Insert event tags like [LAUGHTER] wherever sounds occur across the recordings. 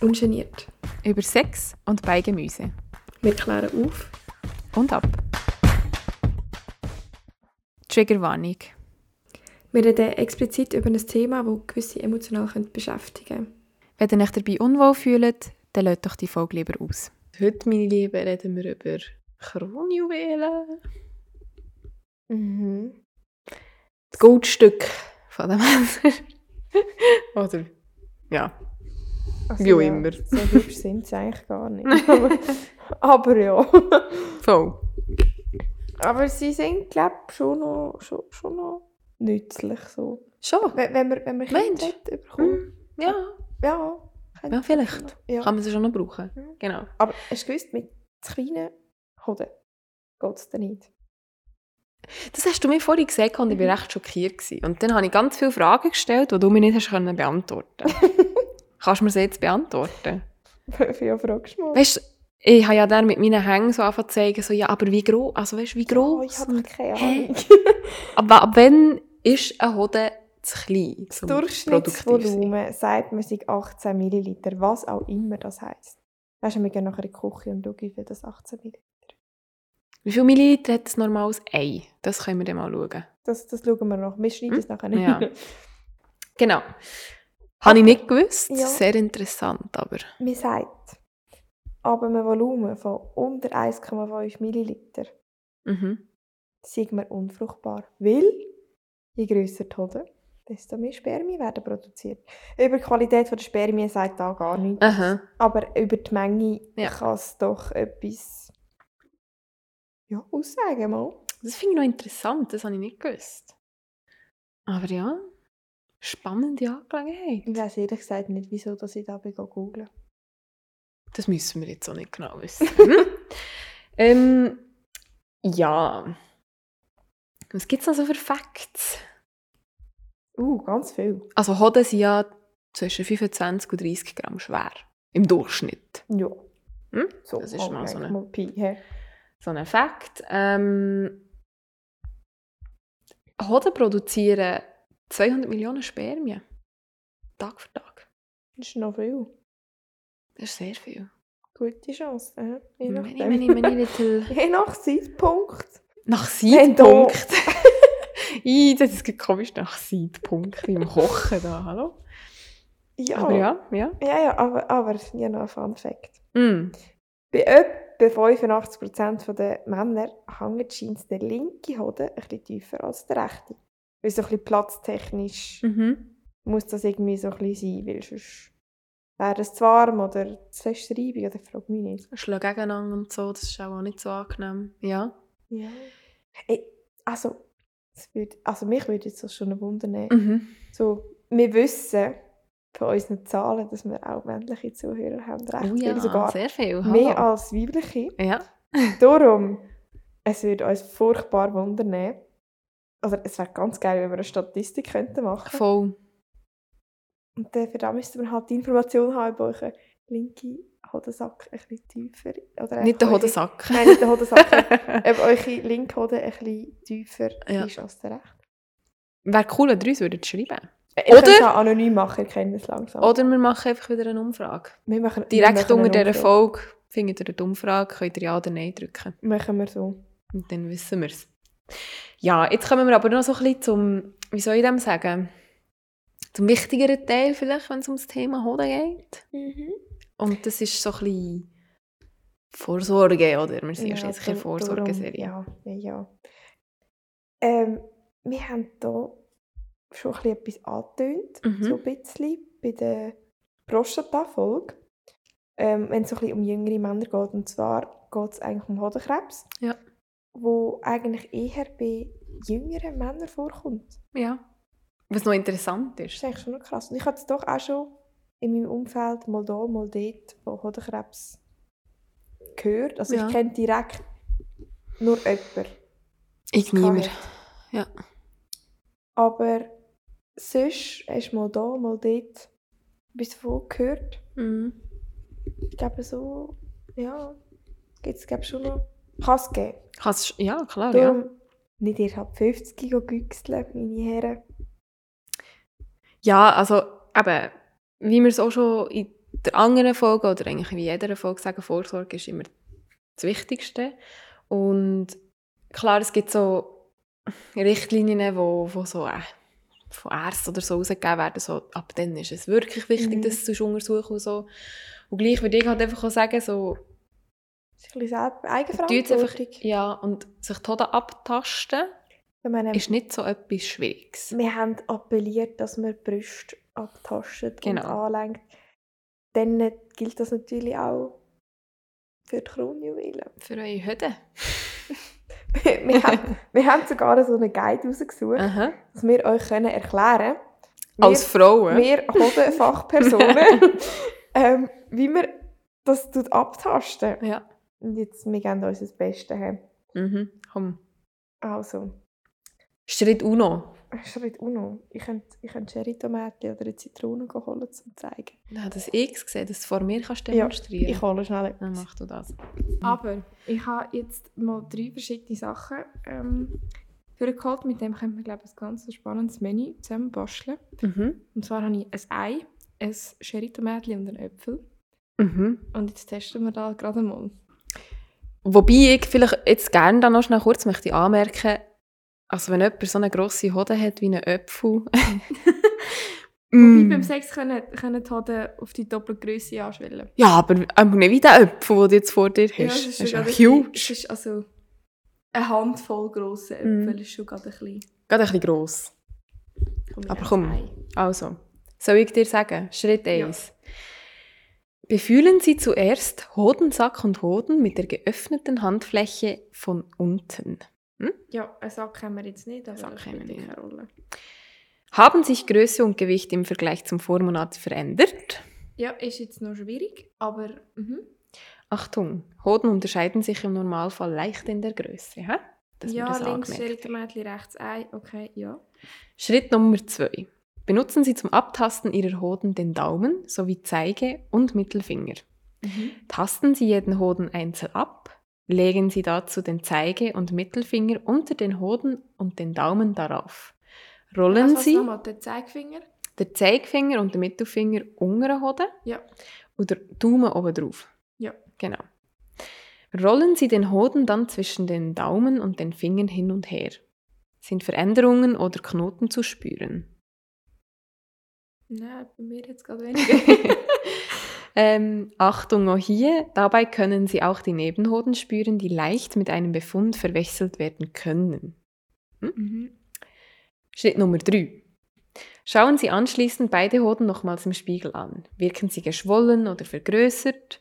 Ungeniert. Über Sex und Beigemüse. Wir klären auf. Und ab. Triggerwarnung. Wir reden explizit über ein Thema, das gewisse emotional beschäftigen könnte. Wenn ihr euch dabei unwohl fühlt, dann lasst doch die Folge lieber aus. Heute, meine Lieben, reden wir über Kronjuwelen. Mhm. Das Goldstück von dem Messer. [LAUGHS] Oder, ja, Also Wie auch ja, immer. So hübsch sind sie eigentlich gar [LAUGHS] nicht. Aber, aber ja. voll. Aber sie sind, glaube ich, schon noch, schon, schon noch nützlich. So. Schon? Wenn, wenn man, wenn man Meinst Kinder hat, überkommt. Mm. Ja. Ja. könnte Ja, vielleicht. man- Ja. Kann man sie schon noch brauchen. Mhm. Genau. Aber hast du gewusst, mit zu kleinen Hoden geht es dann [LAUGHS] nicht. Das hast du mir vorhin gesagt und ich war recht schockiert. Gewesen. Und dann habe ich ganz viele Fragen gestellt, die du mir nicht hast können beantworten [LAUGHS] Kannst du mir sie jetzt beantworten? Viel fragst du mal. Weißt du, ich habe ja dann mit meinen Hängen so angefangen zu zeigen, so, ja, aber wie groß? Also, weißt du, wie Oh, groß? ich habe keine Hä? Ahnung. Aber [LAUGHS] ab wann ist ein Hoden zu klein? Das um produktiv zu sein? Durchschnittsvolumen sagt man sind 18 Milliliter, was auch immer das heisst. Weißt du, wir gehen nachher in die Küche und schauen, wie viel das 18 Milliliter Wie viel Milliliter hat ein normales Ei? Das können wir dann mal schauen. Das, das schauen wir noch. Wir schneiden es nachher Hm? Ja. nicht. Genau. Habe ich nicht gewusst. Ja. Sehr interessant, aber. [LAUGHS] Man sagt, ab einem Volumen von unter 1,5 Milliliter Mhm. sind wir unfruchtbar. Weil je grösser die Hoden, desto mehr Spermien werden produziert. Über die Qualität der Spermien sagt da gar nichts. Aha. Aber über die Menge Ja. kann es doch etwas ja, aussagen. Mal. Das finde ich noch interessant. Das habe ich nicht gewusst. Aber ja, spannende Angelegenheit. Ich weiß ehrlich gesagt nicht, wieso dass ich da bin googeln. Das müssen wir jetzt auch nicht genau [LAUGHS] wissen. Hm? ähm, ja. Was gibt es noch so für Facts? Uh, ganz viel. Also Hoden sind ja zwischen 25 und 30 Gramm schwer. Im Durchschnitt. Ja. Hm? So, Das ist mal so eine- Mal Pi, hä? So ein Fakt. Ähm, Hoden produzieren 200 Millionen Spermien. Tag für Tag. Das ist noch viel. Das ist sehr viel. Gute Chance. hä? Je Many, nachdem. many, many little... [LAUGHS] Je nach Zeitpunkt. Nach Wenn du- [LAUGHS] Seitpunkt. Ih, das ist komisch, nach Seitpunkt im Kochen da, hallo? Ja. Aber ja, ja. Ja, ja, aber, aber ja, noch ein Fun Fact. Mm. Bei etwa 85% der Männer hängt scheint der linke Hoden ein bisschen tiefer als der rechte. Weil so ein bisschen platztechnisch Mhm. muss das irgendwie so ein bisschen sein, weil sonst wäre es zu warm oder zu fest reibig, oder frag mich nicht. Schlag gegeneinander und so, das ist auch nicht so angenehm. Ja. Ja. Ey, also, es würde, also mich würde jetzt das schon wundern. Mhm. So, wir wissen von unseren Zahlen, dass wir auch männliche Zuhörer haben, recht Oh viele ja, sogar. sehr viel. Hallo. Mehr als weibliche. ja. Darum, es würde uns furchtbar wundern. Also es wäre ganz geil, wenn wir eine Statistik könnten machen könnten. Voll. Und dafür da müssten wir halt die Information haben, ob euer linke Hodensack ein bisschen tiefer... Oder Nicht der eure- Hodensack. [LAUGHS] Nein, nicht der [LAUGHS] Hodensack. ob eure linke Hoden ein bisschen tiefer Ja. ist als der rechte. Wäre cool, wenn ihr uns würdet schreiben Ihr Oder- könnt es auch anonym machen, ihr kennt es langsam. Oder wir machen einfach wieder eine Umfrage. wir machen, wir Direkt machen unter eine dieser Umfrage. Folge findet ihr die Umfrage, könnt ihr Ja oder Nein drücken. Machen wir so. Und dann wissen wir es. Ja, jetzt kommen wir aber noch so ein bisschen zum, wie soll ich dem sagen, zum wichtigeren Teil vielleicht, wenn es ums Thema Hoden geht. Und das ist so ein bisschen Vorsorge, oder? Wir sind ja, Nou, jetzt keine darum- Vorsorgeserie. Ja, ja, ja. Ähm, wir haben hier schon ein bisschen etwas angetönt, Mhm. so ein bisschen bei der Prostata-Folge, ähm, wenn es so ein bisschen um jüngere Männer geht. Und zwar geht es eigentlich um Hodenkrebs, Ja. wo eigentlich eher bei jüngeren Männern vorkommt. ja. Was noch interessant Das ist. ist eigentlich schon noch krass. Und ich hatte es doch auch schon in meinem Umfeld mal da, mal dort von Hodenkrebs gehört. Also Ja. ich kenne direkt nur jemanden. Ich nehme gehabt hat. Ja. Aber sonst hast du mal da, mal dort etwas davon gehört. Mhm. Ich glaube, so, ja, gibt es schon noch. Kann es geben. Kannst, ja, klar, Ah, ja. Darum nicht erst ab 50 gehen güchseln, meine Herren. Ja, also eben, wie wir es auch schon in der anderen Folge oder eigentlich in jeder Folge sagen, Vorsorge ist immer das Wichtigste. Und klar, es gibt so Richtlinien, die wo, wo so äh, von Ärzten oder so rausgegeben werden, so, ab dann ist es wirklich wichtig, Mhm. dass du es untersuchst und so. Und gleich würde ich halt einfach auch sagen, so, Ist ein bisschen selber tut's einfach, Eigenverantwortung. ja, und sich die Hoden abtasten, Ich meine, ist nicht so etwas Schwieriges. wir haben appelliert, dass man die Brüste abtastet Genau. und anlenkt. Dann äh, gilt das natürlich auch für die Kronjuwelen. [LAUGHS] Für eure Hüden. wir, [LAUGHS] haben, wir haben sogar so einen Guide rausgesucht, Aha. dass wir euch können erklären können. Ah. Als Frauen. Wir Hodenfachpersonen, [LAUGHS] ähm, wie man das tut abtasten. Ja. Und jetzt, wir geben uns das Beste. He. Mhm. Komm. Also, Schritt Uno. Schritt Uno. Ich könnte, ich könnte Cherry-Tomaten oder eine Zitrone holen, um zu zeigen. Ich habe das X gesehen, das du vor mir kannst Ja, demonstrieren. Ich hole schnell Dann etwas. mach du das. Aber ich habe jetzt mal drei verschiedene Sachen ähm, vorgeholt. Mit dem können wir, glaube ich, ein ganz spannendes Menü zusammen basteln. Mhm. Und zwar habe ich ein Ei, ein Sherry-Tomätchen und einen Äpfel. Mhm. Und jetzt testen wir da gerade mal. Wobei ich vielleicht jetzt gerne dann noch schnell kurz möchte anmerken, also wenn jemand so eine grosse Hode hat wie ein Apfel. [LAUGHS] Wie mm. beim Sex können, können die Hoden auf die Doppelgröße anschwellen. Ja, aber einfach nicht wie der Apfel, den du jetzt vor dir hast. das ist, ja gerade Es huge. ist also eine Handvoll grosser Mhm. Äpfel ist schon gerade ein bisschen... Gerade ein bisschen gross. Komm, wir Aber nehmen komm. das Ei. Also, soll ich dir sagen, Schritt Ja. 1. Befühlen Sie zuerst Hodensack und Hoden mit der geöffneten Handfläche von unten. Ja, einen Sack haben wir jetzt nicht, aber Sack das haben wir spielt ja nicht. keine Rolle. Haben sich Größe und Gewicht im Vergleich zum Vormonat verändert? Ja, ist jetzt noch schwierig, aber... Mhm. Achtung, Hoden unterscheiden sich im Normalfall leicht in der Größe. Hä? Dass wir ja, das links angemerkt haben. Cherrytomätchen, rechts Ei. Okay, ja. Schritt Nummer 2. Benutzen Sie zum Abtasten Ihrer Hoden den Daumen sowie Zeige und Mittelfinger. Mhm. Ah, Tasten Sie jeden Hoden einzeln ab, legen Sie dazu den Zeige- und Mittelfinger unter den Hoden und den Daumen darauf. Rollen Also, was Sie nochmal? Den Zeigefinger? den Zeigefinger und den Mittelfinger unter den Hoden Ja. und den Daumen oben drauf. Ja. Genau. Rollen Sie den Hoden dann zwischen den Daumen und den Fingern hin und her. Sind Veränderungen oder Knoten zu spüren? Nein, bei mir jetzt gerade weniger. [LAUGHS] ähm, Achtung auch hier, dabei können Sie auch die Nebenhoden spüren, die leicht mit einem Befund verwechselt werden können. Hm? mhm. Schritt Nummer 3. Schauen Sie anschließend beide Hoden nochmals im Spiegel an. Wirken sie geschwollen oder vergrößert?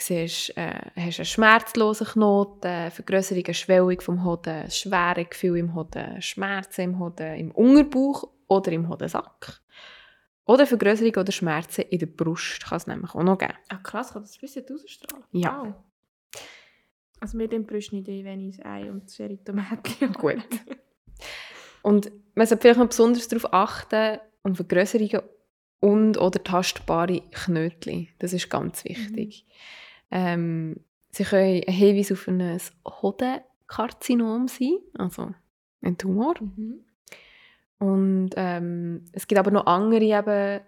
Siehst, äh, hast einen schmerzlosen Knoten, vergrößerige Schwellung vom Hoden, schwere Gefühl im Hoden, Schmerzen im Hoden, im Unterbauch oder im Hodensack? Oder Vergrößerung oder Schmerzen in der Brust kann es nämlich auch noch geben. [LAUGHS] Ah, krass, kann das ein bisschen ausstrahlen? Ja. Wow. Also mir den Brüste nicht ein, wenn ich das Ei und das [LAUGHS] Cherrytomätchen Gut. [LAUGHS] Und man sollte vielleicht noch besonders darauf achten, um Vergrößerungen und oder tastbare Knötchen. Das ist ganz wichtig. Ähm, sie können ein Hinweis auf ein Hodenkarzinom sein, also ein Tumor. Mhm. Und ähm, es gibt aber noch andere eben,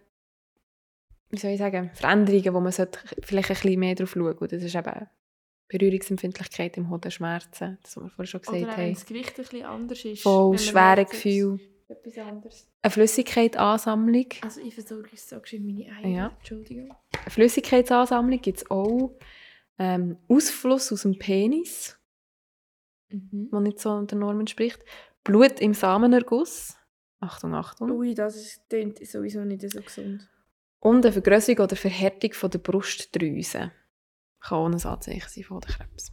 wie soll ich sagen, Veränderungen, wo man sollte vielleicht ein bisschen mehr drauf schauen Und Das ist eben Berührungsempfindlichkeit im Hoden, Schmerzen, das haben wir vorher schon gesagt. Oder auch, wenn haben. das Gewicht ein bisschen anders ist. wenn Voll man schwere merkt, jetzt ist Gefühl. Etwas anderes. Eine Flüssigkeitsansammlung. Also ich versuche es so geschrieben, meine Eier. Ja. Entschuldigung. Eine Flüssigkeitsansammlung gibt es auch. Ähm, Ausfluss aus dem Penis, Mhm. der nicht so der Norm entspricht. Blut im Samenerguss. Achtung, Achtung. Ui, das ist- klingt sowieso nicht so gesund. Und eine um Vergrößerung oder Verhärtung von der Brustdrüse. Kann auch ein Anzeichen sein von Hodenkrebs.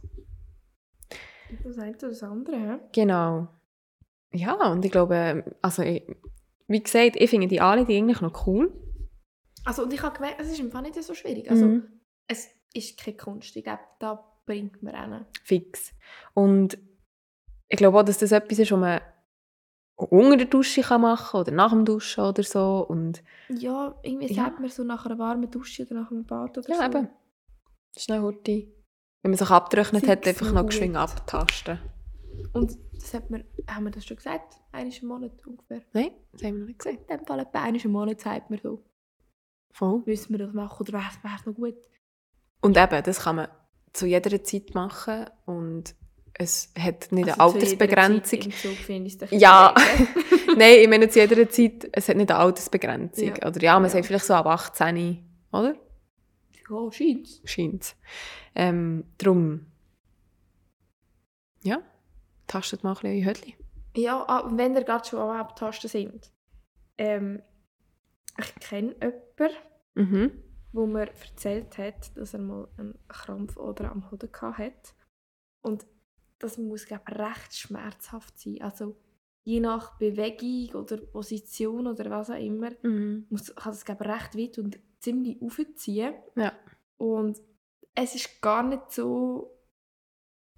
Das eine oder das andere, hä? Genau. Ja, und ich glaube, also ich, wie gesagt, ich finde die alle die eigentlich noch cool. Also, und ich habe gemerkt, es ist einfach nicht so schwierig. Also, Mhm. es ist keine Kunst. Ich glaube, da bringt man einen. Fix. Und ich glaube auch, dass das etwas ist, was man unter der Dusche kann machen kann oder nach dem Duschen oder so. Und Ja, irgendwie Ja. sagt man so nach einer warmen Dusche oder nach einem Bad oder so. Ja, eben. Schnell Hurti. Wenn man sich abgerechnet hat, Fix einfach und noch gut. geschwind abtasten. Und das hat man, haben wir das schon gesagt? Einmal im Monat ungefähr. Nein, das haben wir noch nicht gesehen. In dem Fall etwa einmal im Monat sagt man so. Voll. Müssen wir das machen oder wäre es noch gut? Und eben, das kann man zu jeder Zeit machen und es hat nicht eine Also zu jeder Altersbegrenzung. Zeit im Zug finde ich es doch Ja. schwierig, [LAUGHS] ja. Nein, ich meine zu jeder Zeit, es hat nicht eine Altersbegrenzung. Ja. Oder ja, man Ja. sagt vielleicht so ab 18, oder? Ja, Oh, scheint's. Scheint Ähm, drum. Ja, tastet mal ein bisschen eure Hütli. Ja, ah, wenn ihr gerade schon am Abtasten sind. Ähm, ich kenne jemanden, Mhm. wo mir erzählt hat, dass er mal einen Krampf oder am Hoden gehabt hat. Und das muss glaub, recht schmerzhaft sein. Also je nach Bewegung oder Position oder was auch immer, Mhm. muss, kann es glaub, recht weit und ziemlich aufziehen. Ja. Und es ist gar nicht so,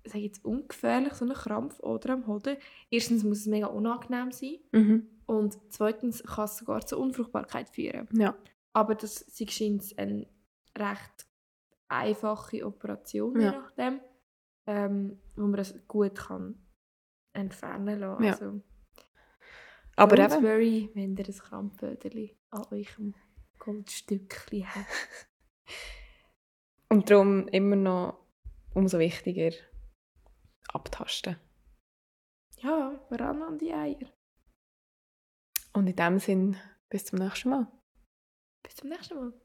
ich sage jetzt ungefährlich, so ein Krampf oder am Hoden. Erstens muss es mega unangenehm sein Mhm. und zweitens kann es sogar zur Unfruchtbarkeit führen. Ja. Aber das sie scheint eine recht einfache Operation, je Ja. nachdem, ähm, wo man das gut kann entfernen lassen. Ja. Also, Aber don't eben, worry, wenn ihr ein Krampfböderli an eurem Goldstückchen habt. und darum immer noch umso wichtiger abtasten. Ja, ran an die Eier. Und in dem Sinn, bis zum nächsten Mal. Bis zum nächsten Mal.